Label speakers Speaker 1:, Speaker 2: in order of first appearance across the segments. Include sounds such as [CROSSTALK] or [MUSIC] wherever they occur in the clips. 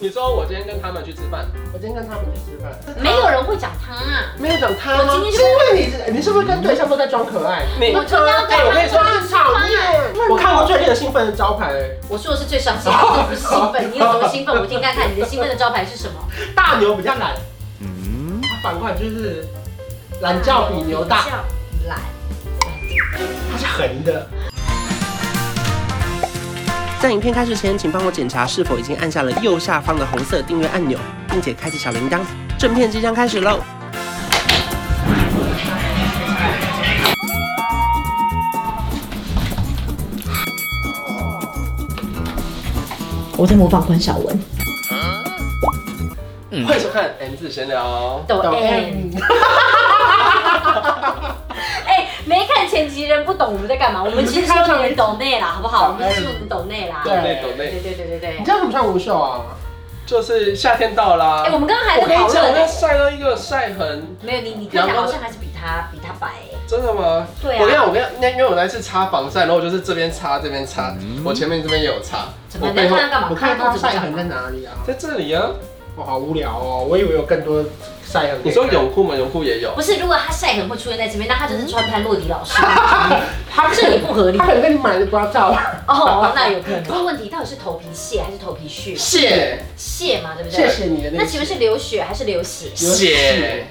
Speaker 1: 你说我今天跟他们去吃饭，我今天跟他们去吃饭，
Speaker 2: 没有人会讲他啊，
Speaker 1: 没有讲他吗？
Speaker 2: 我今天
Speaker 1: 是因为你，你是不是跟对象都在装可爱？你
Speaker 2: 我今天要
Speaker 1: 哎，我跟你说，
Speaker 2: 装
Speaker 1: 这讨厌！我看过最令人兴奋的招牌，欸
Speaker 2: 我说的是最伤心，而
Speaker 1: 哦
Speaker 2: 不是兴奋。你有什么兴奋？我听看看你的兴奋的招牌是什么？
Speaker 1: 大牛比较懒，
Speaker 3: 嗯，
Speaker 1: 它反过来就是懒觉比牛大，
Speaker 2: 叫懒。
Speaker 1: 它是横的。在影片开始前，请帮我检查是否已经按下了右下方的红色订阅按钮，并且开启小铃铛。正片即将开始喽！
Speaker 4: 我在模仿关晓雯。
Speaker 3: 嗯
Speaker 1: 欢迎收看 M 字闲聊，
Speaker 2: 抖 M
Speaker 1: [LAUGHS]
Speaker 2: 哎，没看前几人不懂我们在干嘛，我们其实是有人抖内啦，好不好？我们是有人抖内啦。
Speaker 1: 抖内抖内
Speaker 2: 对，对对对对
Speaker 1: 你。这样怎么算无效啊？就是夏天到啦、
Speaker 2: 哎，我们刚刚还
Speaker 1: 我
Speaker 2: 在
Speaker 1: 跟
Speaker 2: 讨
Speaker 1: 你讲，
Speaker 2: 论
Speaker 1: 那
Speaker 2: 呢。
Speaker 1: 晒到一个晒痕，
Speaker 2: 没有你，你看起来好像还是比他比他白哎。
Speaker 1: 真的吗？
Speaker 2: 对啊
Speaker 1: 我跟你讲，我跟你讲，那因为我那次擦防晒，然后我就是这边擦这边擦，我前面这边也有擦，
Speaker 2: 怎么
Speaker 1: 我
Speaker 2: 你在
Speaker 1: 背后
Speaker 2: 看他干嘛？
Speaker 4: 我看
Speaker 2: 他
Speaker 4: 他
Speaker 2: 肚子
Speaker 4: 晒
Speaker 2: 长
Speaker 4: 痕在哪里啊？
Speaker 1: 在这里啊。
Speaker 4: 我好无聊哦，我以为有更多晒痕可
Speaker 1: 你
Speaker 4: 以看。
Speaker 1: 说泳裤吗？泳裤也有。
Speaker 2: 不是，如果他晒痕会出现在这边，那他就是穿潘洛迪
Speaker 1: [LAUGHS]
Speaker 2: 老师。
Speaker 4: 他
Speaker 2: 这里不合
Speaker 4: [LAUGHS]
Speaker 2: 理
Speaker 4: 他可能跟你买的刮照啊。
Speaker 2: 哦，那有可能。这个问题到底是头皮屑还是头皮屑？
Speaker 1: 谢
Speaker 2: 屑嘛，对不对？
Speaker 1: 谢谢你的那
Speaker 2: 那
Speaker 1: 个
Speaker 2: 请问是流血还是流血？
Speaker 1: 有血。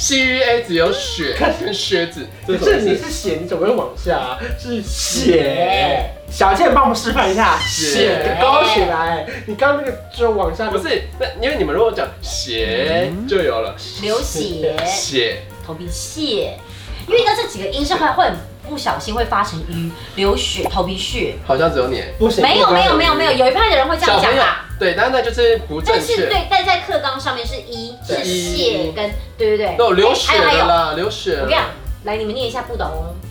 Speaker 1: CUA 只有血跟靴子，
Speaker 4: 不
Speaker 1: 什么
Speaker 4: 是
Speaker 1: 意
Speaker 4: 你
Speaker 1: 思
Speaker 4: 是血，你怎么会往下啊？是血。小倩帮我们示范一下，
Speaker 1: 血
Speaker 4: 血勾起来。你刚刚那个就往下，
Speaker 1: 不是？那因为你们如果讲血就有了，
Speaker 2: 流血，
Speaker 1: 血
Speaker 2: 头皮屑，因为呢这几个音是会会很不小心会发成瘀，流血、头皮屑。
Speaker 1: 好像只有你。
Speaker 4: 不行。
Speaker 2: 没有没有没有没有，有一派的人会这
Speaker 1: 小
Speaker 2: 样
Speaker 1: 朋
Speaker 2: 讲
Speaker 1: 友
Speaker 2: 啦。
Speaker 1: 对，但那就是不正
Speaker 2: 但是
Speaker 1: 确。
Speaker 2: 对，但在课纲上面是一
Speaker 1: 对
Speaker 2: 是屑跟对对对。
Speaker 1: 那我流血
Speaker 2: 哎还
Speaker 1: 了
Speaker 2: 有还有，
Speaker 1: 啦，流血
Speaker 2: 我跟你讲
Speaker 1: 了，，
Speaker 2: 来你们念一下不懂，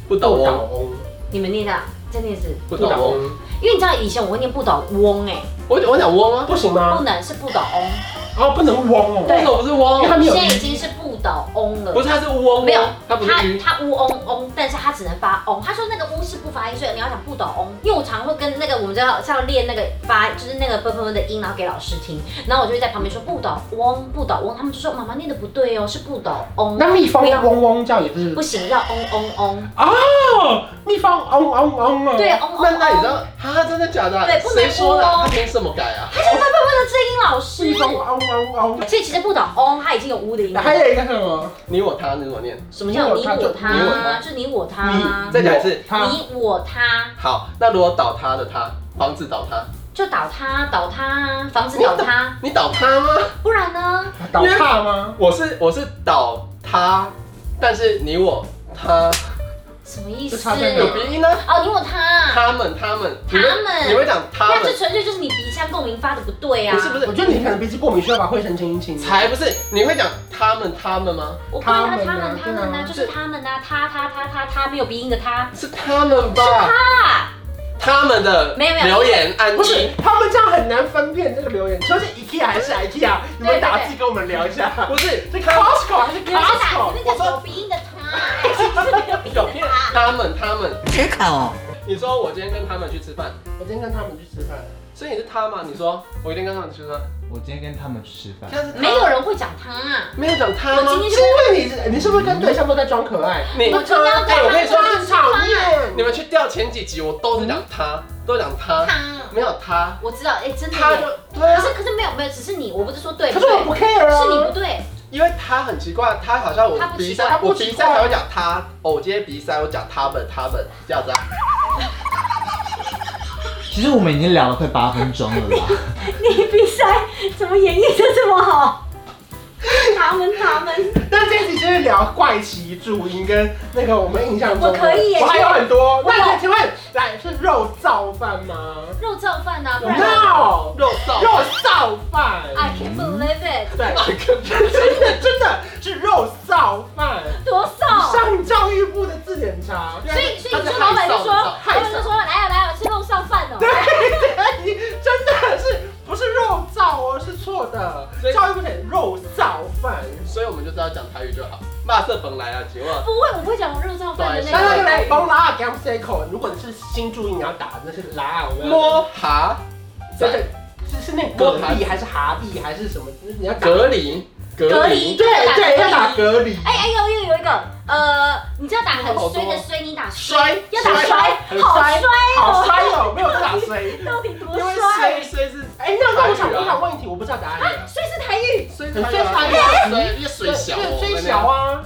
Speaker 1: 不
Speaker 4: 不倒
Speaker 1: 懂哦，
Speaker 4: 翁，
Speaker 2: 你们念一下，再念一次。
Speaker 1: 不懂哦。
Speaker 2: 因为你知道以前我会念不倒翁哎、
Speaker 1: 我我讲翁啊，
Speaker 4: 不行
Speaker 2: 不
Speaker 4: 吗？
Speaker 2: 能是不倒翁，
Speaker 4: 哦，不能翁哦。
Speaker 1: 为什么不是
Speaker 4: 因为
Speaker 1: 翁？
Speaker 4: 他没有
Speaker 2: 现在已经是不倒翁了。
Speaker 1: 不是，它是翁，
Speaker 2: 没有，
Speaker 1: 它不是鱼。
Speaker 2: 它乌翁翁，但是它只能发翁。他说那个乌是不发音，所以你要讲不倒翁。因为我常会跟那个我们知道是要练那个发，就是那个啵啵啵的音，然后给老师听，然后我就会在旁边说不倒翁，不倒翁，他们就说妈妈念的不对哦，是不倒翁，
Speaker 4: 那蜜蜂
Speaker 2: 不要
Speaker 4: 嗡嗡叫也是
Speaker 2: 不行，要翁翁翁，
Speaker 4: 哦，蜜蜂嗡嗡嗡哦。
Speaker 2: 对，翁
Speaker 1: 那
Speaker 2: 翁
Speaker 1: 那你知
Speaker 2: 翁。
Speaker 1: 道啊？真的假的啊？
Speaker 2: 对不能
Speaker 1: 谁说的啊？
Speaker 2: 翁
Speaker 1: 他凭什么改啊？
Speaker 2: 他是啵啵啵的字音老
Speaker 4: 蜜蜂
Speaker 2: 师，
Speaker 4: 嗡嗡嗡。
Speaker 2: 所以其实不倒翁它已经有乌的音了。
Speaker 4: 还有一个什么？
Speaker 1: 你我他，你怎么念？
Speaker 2: 什么叫你我
Speaker 4: 你我
Speaker 2: 他？
Speaker 4: 他
Speaker 2: 就是你我他
Speaker 4: 你，
Speaker 1: 再讲一次
Speaker 4: 他
Speaker 2: 啊你我他，
Speaker 1: 好，那如果倒塌的塌，房子倒塌，
Speaker 2: 就倒他倒他，房子倒他，
Speaker 1: 你倒塌吗？
Speaker 2: 不然呢？
Speaker 4: 倒怕吗？
Speaker 1: 我是我是倒塌，但是你我他
Speaker 2: 什么意
Speaker 4: 就
Speaker 2: 思？
Speaker 4: 差在哪
Speaker 1: 有鼻音呢？
Speaker 2: 哦，你我他，
Speaker 1: 他们他们你
Speaker 2: 他们
Speaker 1: 你会讲他
Speaker 2: 那
Speaker 1: 们
Speaker 2: 这？纯粹就是你鼻腔共鸣发的不对啊！
Speaker 1: 不是不，
Speaker 4: 我
Speaker 1: 是，
Speaker 4: 觉得你可能鼻子过敏，需要把灰尘清一清。
Speaker 1: 才不是，你会讲他们他们吗？
Speaker 2: 我关于他他
Speaker 4: 他
Speaker 2: 们
Speaker 4: 们啊
Speaker 2: 他们
Speaker 4: 对
Speaker 2: 呢
Speaker 4: 啊，
Speaker 2: 就是他们呢，他他他他他没有鼻音的他，
Speaker 1: 是他们吧？
Speaker 2: 啊，
Speaker 1: 他们的
Speaker 2: 没有没有
Speaker 1: 留言安
Speaker 4: 不是
Speaker 1: 静，，
Speaker 4: 他们这样很难分辨这个留言，究竟 IKEA 还是 IKEA？你们打字跟我们聊一下。
Speaker 1: 不是
Speaker 4: 这 Costco 还是
Speaker 2: 你们是打
Speaker 4: Costco？
Speaker 2: 那个有鼻音的他，是没有鼻音
Speaker 1: 有
Speaker 2: 的
Speaker 1: 骗
Speaker 2: 他。
Speaker 1: 他们他们。
Speaker 3: 绝口。
Speaker 1: 你说我今天跟他们去吃饭，
Speaker 4: 我今天跟他们去吃饭，
Speaker 1: 所以你是他吗？你说我一定跟他们去吃饭，
Speaker 3: 我今天跟他们吃饭，
Speaker 1: 但是他
Speaker 2: 没有人会讲他啊，
Speaker 1: 没有讲他
Speaker 2: 我今
Speaker 1: 吗？
Speaker 2: 天
Speaker 4: 是
Speaker 2: 就
Speaker 4: 因为你是你是不是跟对象都在装可爱？
Speaker 1: 你
Speaker 2: 我今天要跟
Speaker 1: 哎我跟你说
Speaker 2: 他
Speaker 4: 很讨厌。
Speaker 1: 你们去调前几集，我都是讲他，都是讲他，
Speaker 2: 他，
Speaker 1: 没有他，
Speaker 2: 我知道，哎，真的
Speaker 1: 他
Speaker 2: 耶
Speaker 1: 就。对啊
Speaker 2: 可，是可是没有没有，只是你，我不是说对
Speaker 4: 可
Speaker 2: 不
Speaker 4: 是
Speaker 2: 对，
Speaker 4: 我不 care 啊。
Speaker 2: 是你不对，
Speaker 1: 因为他很奇怪，他好像我
Speaker 2: 他不
Speaker 1: 鼻
Speaker 2: 奇怪他
Speaker 1: 塞，
Speaker 2: 不
Speaker 1: 我
Speaker 2: 奇
Speaker 1: 鼻
Speaker 2: 怪
Speaker 1: 塞才会讲他，哦，我今天鼻塞，我讲他们他们这样子啊，
Speaker 2: [LAUGHS]
Speaker 3: 其实我们已经聊了快八分钟了啦。 [LAUGHS]
Speaker 2: 你比赛怎么演绎的这么好？他们他们，
Speaker 4: 那这一集就是聊怪奇注音跟那个我们印象中的，
Speaker 2: 我可以耶
Speaker 4: 我还有很多。
Speaker 2: 我有
Speaker 4: 那请问，来是肉燥饭吗
Speaker 2: 肉燥饭啊，不然
Speaker 4: ？No，
Speaker 1: 肉燥
Speaker 4: 肉燥饭。
Speaker 2: I can't believe it，
Speaker 4: 对，
Speaker 1: 根本
Speaker 4: 真的真的是肉燥饭，
Speaker 2: 多少？
Speaker 4: 上教育部的字典查。
Speaker 2: 所以所以你说老板就说，老板就说来啊来啊，吃肉燥饭哦。
Speaker 4: 你真的是不是肉燥哦，是错的
Speaker 1: 所以，
Speaker 4: 教育部写肉燥饭。
Speaker 1: 所以我们就知道讲台语就好。骂色本来啊，请问
Speaker 2: 不会，我不会讲肉燥饭的
Speaker 4: 那那个来
Speaker 2: 那个。
Speaker 4: 帮拉 gam c i c l e 如果你是新注意，你要打的那是拉，我们要
Speaker 1: 摸爬
Speaker 4: 这个
Speaker 1: 仔
Speaker 4: 是是那隔壁还是哈壁还是什么？就是你要打
Speaker 5: 隔离，
Speaker 2: 隔
Speaker 5: 隔
Speaker 2: 离
Speaker 5: 离，
Speaker 4: 对对，要打隔离。
Speaker 2: 哎哎呦呦有一个呃，你知道打很衰的衰，你打
Speaker 4: 摔
Speaker 2: 要打摔，
Speaker 4: 很
Speaker 2: 好
Speaker 4: 摔
Speaker 2: 衰，
Speaker 4: 好摔哦，没有打摔，
Speaker 2: 到底多
Speaker 4: 因为
Speaker 2: 衰
Speaker 4: 摔？摔是哎，那那我想我想问一题，我不知道答案
Speaker 2: 啊，
Speaker 4: 的，
Speaker 2: 衰是台语，
Speaker 4: 摔
Speaker 5: 很
Speaker 4: 摔台语，
Speaker 5: 水，一水小，
Speaker 4: 对摔小，啊，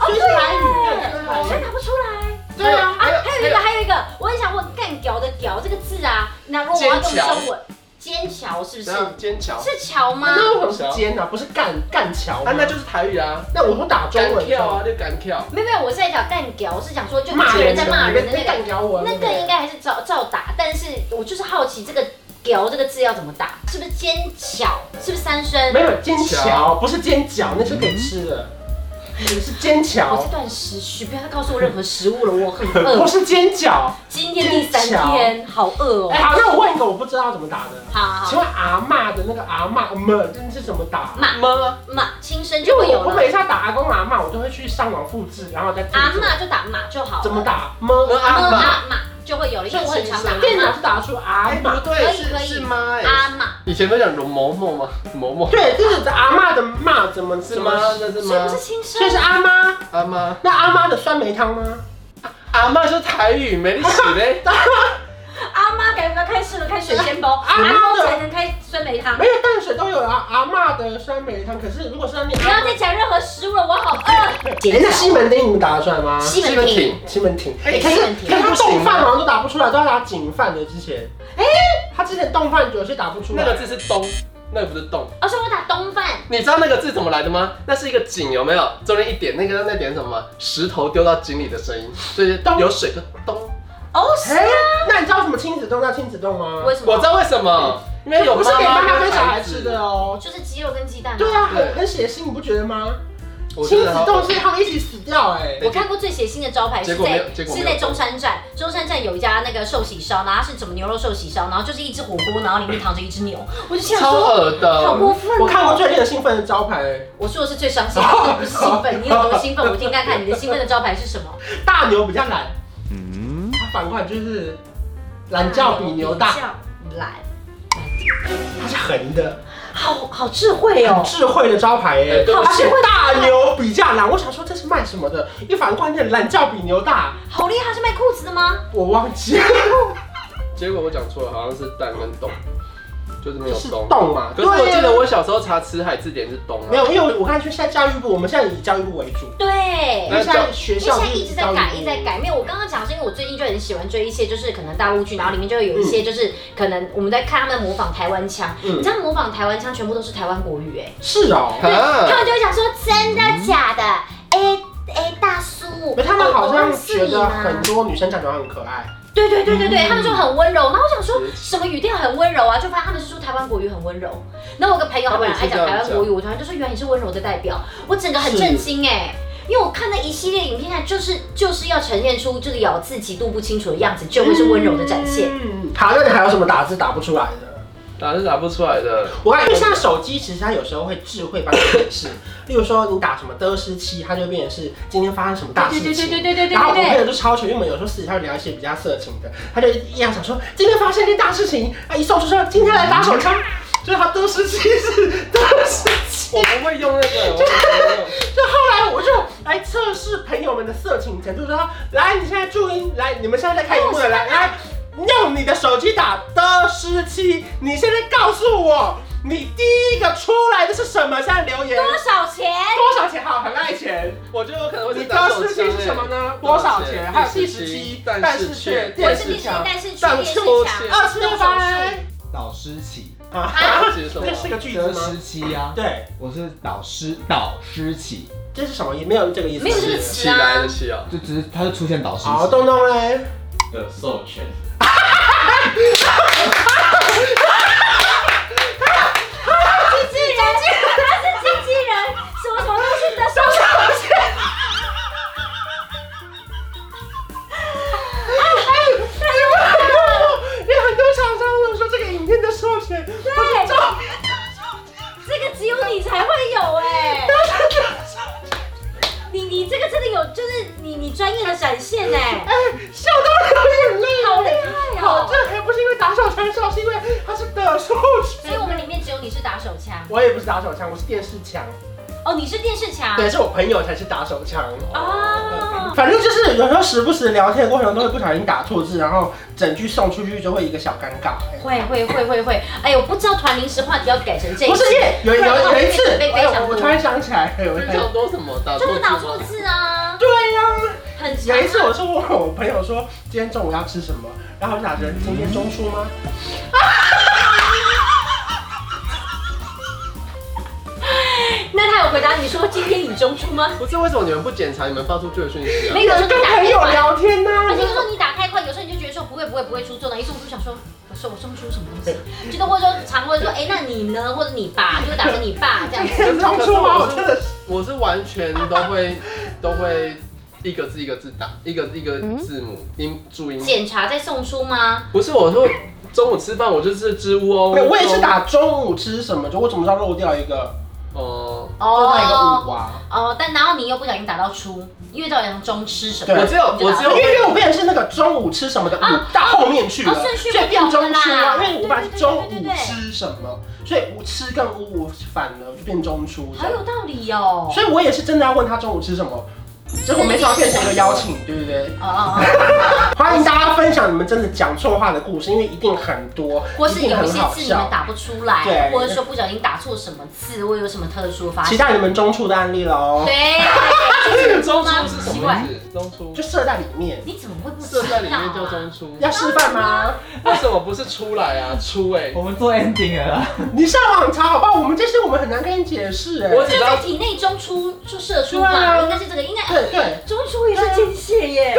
Speaker 2: 哦
Speaker 4: 摔是台
Speaker 2: 我真
Speaker 4: 语，
Speaker 2: 答不出来。
Speaker 4: 对啊，
Speaker 2: 啊，还有一个，还有一个，我很想问“干屌”的“屌”这个字啊，那如果我要用中文，坚桥是不是？
Speaker 5: 然后尖桥，
Speaker 2: 是桥吗？
Speaker 4: 啊那为什么是尖啊？不是干干桥吗
Speaker 5: 啊，？那就是台语啊，
Speaker 4: 那我都打中
Speaker 5: 敢
Speaker 4: 文
Speaker 5: 跳啊，就敢跳，
Speaker 2: 没有没有，我是在讲“干屌”，我是讲说就
Speaker 4: 骂
Speaker 2: 有
Speaker 4: 人
Speaker 2: 人在骂人的那
Speaker 4: 干
Speaker 2: 个，
Speaker 4: 掉我，啊
Speaker 2: 那个应该还是照照打，但是我就是好奇这个“屌”这个字要怎么打，是不是坚巧？是不是三声？
Speaker 4: 没有尖桥，不是煎饺，那是可以吃的，是煎
Speaker 2: 我
Speaker 4: 桥
Speaker 2: 这，段时许不要再告诉我任何食物了，我很
Speaker 4: 不
Speaker 2: 饿。
Speaker 4: 是煎饺。
Speaker 2: 今天第三天，好饿哦
Speaker 4: 哎，。好，那我问一个我不知道怎么打的，
Speaker 2: 好好
Speaker 4: 请
Speaker 2: 好，
Speaker 4: 问阿嬷的那个阿嬷么，这是怎么打？
Speaker 2: 骂
Speaker 5: 么
Speaker 2: 马亲生
Speaker 4: 因
Speaker 2: 就
Speaker 4: 为
Speaker 2: 会有
Speaker 4: 我我
Speaker 2: 了，
Speaker 4: 每次要打阿公阿嬷，我都会去上网复制，然后再
Speaker 2: 阿嬷就打马就好了。
Speaker 4: 怎么打么
Speaker 2: 阿
Speaker 4: 呃阿
Speaker 2: 妈
Speaker 4: 嬷，
Speaker 2: 阿妈就会有了，因为我很常打
Speaker 4: 电脑
Speaker 2: 阿
Speaker 4: 是打出阿
Speaker 5: 哎，
Speaker 4: 嬷
Speaker 5: 不，对，是是妈
Speaker 2: 妈。
Speaker 5: 哎，
Speaker 2: 阿妈，
Speaker 5: 以前不是讲容嬷嬷吗？嬷嬷
Speaker 4: 对，这是阿嬷的骂怎么怎
Speaker 5: 是吗？
Speaker 4: 么，
Speaker 5: 那是
Speaker 2: 所以不是
Speaker 5: 吗？
Speaker 2: 亲生
Speaker 4: 所以，是阿妈。
Speaker 5: 阿妈，
Speaker 4: 那阿妈的酸梅汤吗？ [LAUGHS]
Speaker 5: 阿妈是台语，没得洗 [LAUGHS] 嘞，
Speaker 2: 阿妈改不要开始了，开水煎包，阿
Speaker 4: 阿妈的
Speaker 2: 公才能开酸梅汤。
Speaker 4: 没有淡水都有啊，阿嬷的酸梅汤。可是如果是要念
Speaker 2: 不
Speaker 4: 阿
Speaker 2: 要
Speaker 4: 嬷，
Speaker 2: 再讲任何食物了，我好饿。
Speaker 4: 哎、那西门町你们打得出来吗？
Speaker 2: 西门町，
Speaker 4: 西门町，哎、
Speaker 2: 西门町
Speaker 4: 可是他冻饭好像都打不出来，都要打井饭的之前。哎、他之前冻饭有些打不出来。
Speaker 5: 那个字是东，那个不是动。
Speaker 2: 而且我打东饭，
Speaker 5: 你知道那个字怎么来的吗？那是一个井，有没有？中间一点，那个那点什么吗？石头丢到井里的声音，所以
Speaker 4: 咚
Speaker 5: 有水就咚。
Speaker 2: 哦是
Speaker 4: 哎、
Speaker 2: 啊，
Speaker 4: 那你知道为什么亲子冻叫亲子冻吗？
Speaker 2: 为什
Speaker 5: 我
Speaker 2: 么
Speaker 5: 知？道为什么，因为有
Speaker 4: 不是
Speaker 5: 妈
Speaker 4: 给妈
Speaker 5: 妈
Speaker 4: 妈跟小孩
Speaker 5: 孩
Speaker 4: 吃
Speaker 5: 子
Speaker 4: 的。哦、
Speaker 2: 就是鸡肉跟鸡蛋。
Speaker 4: 对啊，很
Speaker 5: 对
Speaker 4: 很血腥，你不觉得吗？
Speaker 5: 我
Speaker 4: 亲
Speaker 5: 真
Speaker 4: 子
Speaker 5: 的好
Speaker 4: 冻是他们一起死掉哎、
Speaker 2: 我看过最血腥的招牌是
Speaker 5: 结果没有
Speaker 2: 在
Speaker 5: 结果没
Speaker 2: 是
Speaker 5: 有
Speaker 2: 在中山站，中山站有一家那个寿喜烧，然后它是什么牛肉寿喜烧，然后就是一只火锅，然后里面躺着一只牛，我就想
Speaker 5: 超
Speaker 2: 说，
Speaker 5: 恶
Speaker 2: 好
Speaker 5: 的。
Speaker 2: 过分哦。
Speaker 4: 我看过最令人兴奋的招牌、哎
Speaker 2: 我说的是最伤心，的，不是兴奋。你有多兴奋？我听看看你的兴奋的招牌是什么？
Speaker 4: 大牛比较懒，
Speaker 5: 嗯
Speaker 4: 它反过来就是懒觉比牛大，，
Speaker 2: 懒，
Speaker 4: 它是横的。
Speaker 2: 好好智慧
Speaker 4: 很
Speaker 2: 哦。
Speaker 4: 智慧的招牌耶、
Speaker 5: 对
Speaker 4: 它
Speaker 2: 好
Speaker 4: 而
Speaker 2: 智
Speaker 4: 且
Speaker 2: 慧
Speaker 4: 大牛比较懒，我想说这是卖什么的？一反观念，懒觉比牛大，
Speaker 2: 好厉害，是卖裤子的吗？
Speaker 4: 我忘记了，
Speaker 5: 结果我讲错了，好像是蛋跟咚，就是没有
Speaker 4: 是
Speaker 5: 咚。
Speaker 4: 动嘛？
Speaker 5: 可是我
Speaker 4: 对啊
Speaker 5: 记得我小时候查词海字典是咚啊。
Speaker 4: 没有，因为我刚才去现在教育部，我们现在以教育部为主，
Speaker 2: 对
Speaker 4: 因。为现在学
Speaker 2: 因为
Speaker 4: 校
Speaker 2: 现在
Speaker 4: 就是
Speaker 2: 一直在
Speaker 4: 教育
Speaker 2: 改，
Speaker 4: 部
Speaker 2: 一直在。改。没有，我刚刚讲是因为我最近就很喜欢追一些就是可能大陆剧，然后里面就会有一些就是可能我们在看他们模仿台湾腔，
Speaker 4: 嗯
Speaker 2: 你知道模仿台湾腔全部都是台湾国语哎，
Speaker 4: 是哦，
Speaker 5: 啊
Speaker 2: 他们就会讲说真的假的，哎哎大叔，
Speaker 4: 可他们好像觉
Speaker 2: 我
Speaker 4: 得
Speaker 2: 忘记
Speaker 4: 很
Speaker 2: 了
Speaker 4: 多女生讲起来很可爱，
Speaker 2: 对对对对对，他们就很温柔。然后我想说
Speaker 5: 嗯是
Speaker 2: 什么语调很温柔啊，就发现他们是说台湾国语很温柔。然后我有个朋友他
Speaker 5: 他
Speaker 2: 本
Speaker 5: 们
Speaker 2: 来
Speaker 5: 也
Speaker 2: 爱
Speaker 5: 是
Speaker 2: 讲
Speaker 5: 这样
Speaker 2: 台湾国语，我突然就说原来你是温柔的代表，我整个很震惊哎。因为我看那一系列影片下来，就是就是要呈现出这个咬字极度不清楚的样子，就会是温柔的展现。
Speaker 4: 嗯，好，那你还有什么打字打不出来的？
Speaker 5: 打是打不出来的。
Speaker 4: 我看，因为现在手机其实它有时候会智慧帮你解
Speaker 2: [LAUGHS]
Speaker 4: 释，例如说你打什么的失七，它就变成是今天发生什么大事情。
Speaker 2: 对对对对对对对对
Speaker 4: 然后我朋友就超群，因为我们有时候私底下会聊一些比较色情的，他就一样想说今天发生一件大事情，啊一送出说今天来打手
Speaker 2: [LAUGHS]
Speaker 4: 枪，就是他的失七是的失七。
Speaker 5: 我不会用那个，我不会用。
Speaker 4: 就后来我就来测试朋友们的色情程度，说来你现在注音，来你们现在在看荧幕了，来来用你的手机打的失七，你现在告诉我你第一个出来的是什么？现在留言。
Speaker 2: 多少钱？
Speaker 4: 多少钱？好，很爱钱。
Speaker 5: 我觉得我可能会
Speaker 4: 你
Speaker 5: 是
Speaker 4: 的
Speaker 5: 打手
Speaker 4: 事
Speaker 5: 枪
Speaker 4: 情
Speaker 5: 欸
Speaker 4: 是什么呢？多少钱？还有第十七，但是却
Speaker 2: 我
Speaker 4: 电
Speaker 2: 是第
Speaker 4: 视
Speaker 2: 十，
Speaker 4: 墙
Speaker 2: 但是去
Speaker 5: 荡
Speaker 2: 电视
Speaker 5: 秋
Speaker 2: 墙
Speaker 5: 千。
Speaker 4: 二十六番。
Speaker 3: 导师起，
Speaker 4: 啊，
Speaker 5: 这是什么
Speaker 4: 这？是个句子
Speaker 3: 得
Speaker 4: 吗
Speaker 3: 失？期啊，
Speaker 4: 对，
Speaker 3: 我是导师导师起，
Speaker 4: 这是什么？也没有这个意思。
Speaker 2: 没有这个
Speaker 5: 起来的起啊！
Speaker 3: 就只是他就出现导师
Speaker 4: 好，
Speaker 3: 起。
Speaker 4: 东东嘞，
Speaker 6: 的授权。
Speaker 2: 经纪人，他是经纪人，什么什么都是你的手表
Speaker 5: [LAUGHS]
Speaker 2: 哎
Speaker 4: [LAUGHS] 因为很多厂商问我说这个影片的授权，
Speaker 2: 对，这个只有你才会有哎、你你这个真的有，就是你你
Speaker 4: [LAUGHS]
Speaker 2: 专业的展现哎、
Speaker 4: 哎，笑到流眼泪。
Speaker 2: 好厉害
Speaker 4: 好，
Speaker 2: 哦、
Speaker 4: 这还不是因为打手
Speaker 2: 打手枪。
Speaker 4: 我也不是打手枪，我是电视枪。
Speaker 2: 哦，你是电视墙。
Speaker 4: 对，是我朋友才是打手枪。
Speaker 2: 哦，
Speaker 4: 反正就是有时候时不时聊天的过程中都会不小心打错字，然后整句送出去就会一个小尴尬。
Speaker 2: 会会会会会，哎呦，我不知道团临时话题要改成这一
Speaker 4: 不
Speaker 2: 集，
Speaker 4: 是因为有有有一次，
Speaker 2: 被
Speaker 4: 哎
Speaker 2: 被抢
Speaker 4: 我我突然想起来，有一
Speaker 5: 非
Speaker 4: 次
Speaker 5: 常多什么打错
Speaker 2: 就
Speaker 5: 字
Speaker 2: 是打错
Speaker 5: 吗？
Speaker 2: 字啊，
Speaker 4: 对呀、
Speaker 2: 很长啊
Speaker 4: 有一次我是问我朋友说今天中午要吃什么，然后我打着今天中出吗？
Speaker 2: 那他有回答你说今天你中出吗？ [LAUGHS]
Speaker 5: 不是为什么你们不检查你们发出去的讯息啊？
Speaker 2: 没有，
Speaker 4: 跟朋友聊天呐、
Speaker 2: 而且有时候你打太快，有时候你就觉得说不会不会不会出错，然后一中出想说。我说我中出什么东西，就是或者说常会说，哎、那你呢？或者你爸，就是打成你爸这样
Speaker 4: [LAUGHS]
Speaker 2: 子。
Speaker 4: 跟中出吗？我真的是
Speaker 5: 我是完全都
Speaker 4: [LAUGHS]
Speaker 5: 会都会一个字一个字打，一个一个字母
Speaker 4: 嗯
Speaker 5: 音注音。
Speaker 2: 检查再送出吗？
Speaker 5: 不是，我说中午吃饭我就是支吾哦。
Speaker 4: 我也是。打中午吃什么，就我怎么知道漏掉一个
Speaker 5: 哦、
Speaker 4: 漏掉一个五啊？
Speaker 2: 哦，但然后你又不小心打到出，因为到底能中吃什么？
Speaker 4: 对
Speaker 5: 我只有
Speaker 2: 就
Speaker 5: 我
Speaker 2: 打
Speaker 5: 只
Speaker 4: 因
Speaker 5: 有
Speaker 4: 为因为我变成是那个中午吃什么的
Speaker 2: 哦啊
Speaker 4: 五到后面去了，
Speaker 2: 哦顺序不
Speaker 4: 所以变
Speaker 2: 同了
Speaker 4: 中
Speaker 2: 啦
Speaker 4: 出啊，因为我本来是中午
Speaker 2: 对对对对对
Speaker 4: 吃什么，所以我吃跟五五反了，就变中出这
Speaker 2: 好
Speaker 4: 样。
Speaker 2: 有道理哦。
Speaker 4: 所以我也是真的要问他中午吃什么，结果没想到变成一个邀请，对不对？[LAUGHS]
Speaker 2: 哦哦
Speaker 4: 欢迎大家分享你们真的讲错话的故事，因为一定很多
Speaker 2: 哦，，或是
Speaker 4: 一定
Speaker 2: 有一
Speaker 4: 很
Speaker 2: 些
Speaker 4: 好
Speaker 2: 字你们
Speaker 4: 笑。
Speaker 2: 打不出来，
Speaker 4: 对
Speaker 2: 或者说不小心打错什么字，或有什么特殊发
Speaker 4: 期
Speaker 2: 现。
Speaker 4: 待你们中出的案例喽，
Speaker 2: 对，
Speaker 4: 哦
Speaker 5: 中
Speaker 2: 吗
Speaker 5: 出是什
Speaker 2: 奇
Speaker 5: 么
Speaker 2: 怪
Speaker 5: 意思？中出
Speaker 4: 就啊射在里面，
Speaker 2: [LAUGHS] 你怎么会不知道
Speaker 5: 射
Speaker 2: 啊？
Speaker 5: 在里面叫中出，
Speaker 4: 要示范吗？
Speaker 5: 为什么不是出来
Speaker 4: [LAUGHS]
Speaker 5: 啊？出哎、
Speaker 3: 我们做 ending 了啦，
Speaker 4: 你上网查好不好？我们这些我们很难跟你解释哎。
Speaker 5: 我只
Speaker 2: 就
Speaker 5: 知
Speaker 2: 在
Speaker 5: 道
Speaker 2: 体内中出就射出
Speaker 4: 对
Speaker 2: 嘛，
Speaker 4: 啊
Speaker 2: 应该是这个，应该
Speaker 4: 对对，
Speaker 2: 中出也是间歇耶，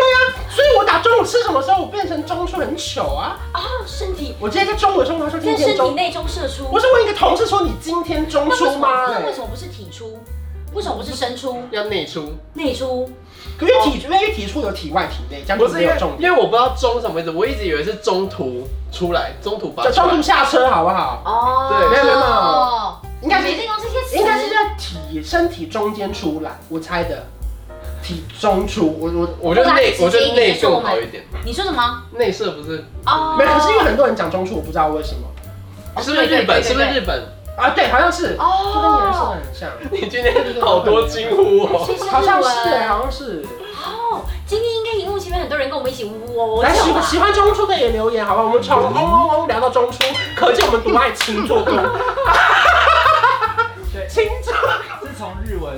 Speaker 4: 所以我打中午吃什么时候，我变成中出很糗啊！
Speaker 2: 啊，身体
Speaker 4: 我今天在中午的时候，他说今
Speaker 2: 在
Speaker 4: 天
Speaker 2: 身体
Speaker 4: 中，
Speaker 2: 内中射出
Speaker 4: 我。是问一个同事说你今天中
Speaker 2: 那为
Speaker 4: 出
Speaker 2: 什么
Speaker 4: 吗？
Speaker 2: 那
Speaker 4: 哎
Speaker 2: 为什么不是体出？为什么不是身出、
Speaker 5: 要内出，
Speaker 2: 内出？
Speaker 4: 可是体因为体出有体外体内，这样
Speaker 5: 不是
Speaker 4: 子没
Speaker 5: 因为
Speaker 4: 有重点。
Speaker 5: 因为我不知道中什么意思，我一直以为是中途出来，中途拔
Speaker 4: 就
Speaker 5: 出
Speaker 4: 中途
Speaker 5: 来。
Speaker 4: 下车好不好？
Speaker 2: 哦，
Speaker 5: 对没有
Speaker 4: 没有没
Speaker 2: 有
Speaker 4: 应该是
Speaker 2: 没利用这些词，
Speaker 4: 应该是在体身体中间出来，我猜的。体中出，我
Speaker 2: 哦
Speaker 4: 我
Speaker 5: 我觉得内，
Speaker 2: 我
Speaker 5: 我
Speaker 2: 打
Speaker 5: 觉得
Speaker 2: 直接一点
Speaker 5: 内
Speaker 2: 就是我
Speaker 5: 更
Speaker 2: 们
Speaker 5: 好一点。
Speaker 2: 你说什么？
Speaker 5: 内射不是，
Speaker 2: 哦，
Speaker 4: 没有，可是因为很多人讲中出，我不知道为什么哦
Speaker 5: 是不是
Speaker 2: 对对
Speaker 5: 日本？
Speaker 2: 对对
Speaker 5: 是不是
Speaker 2: 对
Speaker 5: 日本？
Speaker 4: [LAUGHS] 啊。对，好像是，就跟颜色
Speaker 2: 哦，
Speaker 4: 很像，
Speaker 5: 你今天好多惊呼哦！
Speaker 2: 其实
Speaker 4: 好像是哎，
Speaker 2: 哦。
Speaker 4: 好像是。
Speaker 2: 今天应该荧幕前面很多人跟我们一起呜呜哦
Speaker 4: 来喜
Speaker 2: 叫
Speaker 4: 喜
Speaker 2: 吧。
Speaker 4: 欢中出的也留言，好吧？我们从嗡嗡嗡聊到中出，可见我们多爱轻做
Speaker 2: [LAUGHS]
Speaker 4: 工。
Speaker 3: 对，
Speaker 4: 轻做
Speaker 3: 是从日文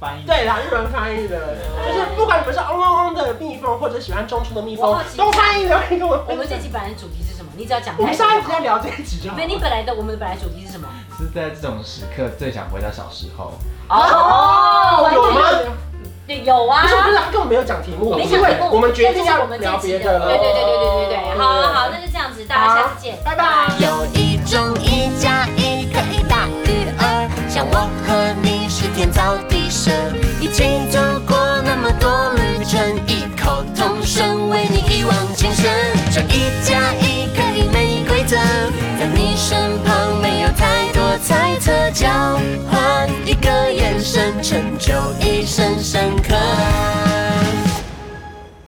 Speaker 3: 翻译。
Speaker 4: 对啦，日文翻译的，就是不管你们是嗡嗡嗡的蜜蜂，或者喜欢中出的蜜蜂
Speaker 2: 我好，奇
Speaker 4: 都欢迎留言跟我
Speaker 2: 我
Speaker 4: 分
Speaker 2: 们这
Speaker 4: 享。
Speaker 2: 集本来的主题是什么？你只要讲。
Speaker 4: 我们上一集啊在。聊这一集就好
Speaker 2: 对，。你本来的我们本来主题是什么？
Speaker 3: 是在这种时刻最想回到小时候。
Speaker 2: 哦
Speaker 4: 哦，有吗？
Speaker 2: 对，有啊
Speaker 4: 不。是不是，他根本没有讲题目，
Speaker 2: 没
Speaker 4: 因
Speaker 2: 讲
Speaker 4: 为
Speaker 2: 题目
Speaker 4: 我们决定
Speaker 2: 但是
Speaker 4: 要
Speaker 2: 我们这
Speaker 4: 聊
Speaker 2: 集
Speaker 4: 别的
Speaker 2: 对
Speaker 4: 了。
Speaker 2: 对对对对对对，好好好，那就这样子，大家下次见，
Speaker 4: 拜拜
Speaker 6: 有一种一加一可以大于二，像我和你是天造地设，一起走过那么多旅程，异口同声为你一往情深。这一加一可以没规则，在你身旁没有太多猜测，交换一个眼神，成就一生深刻。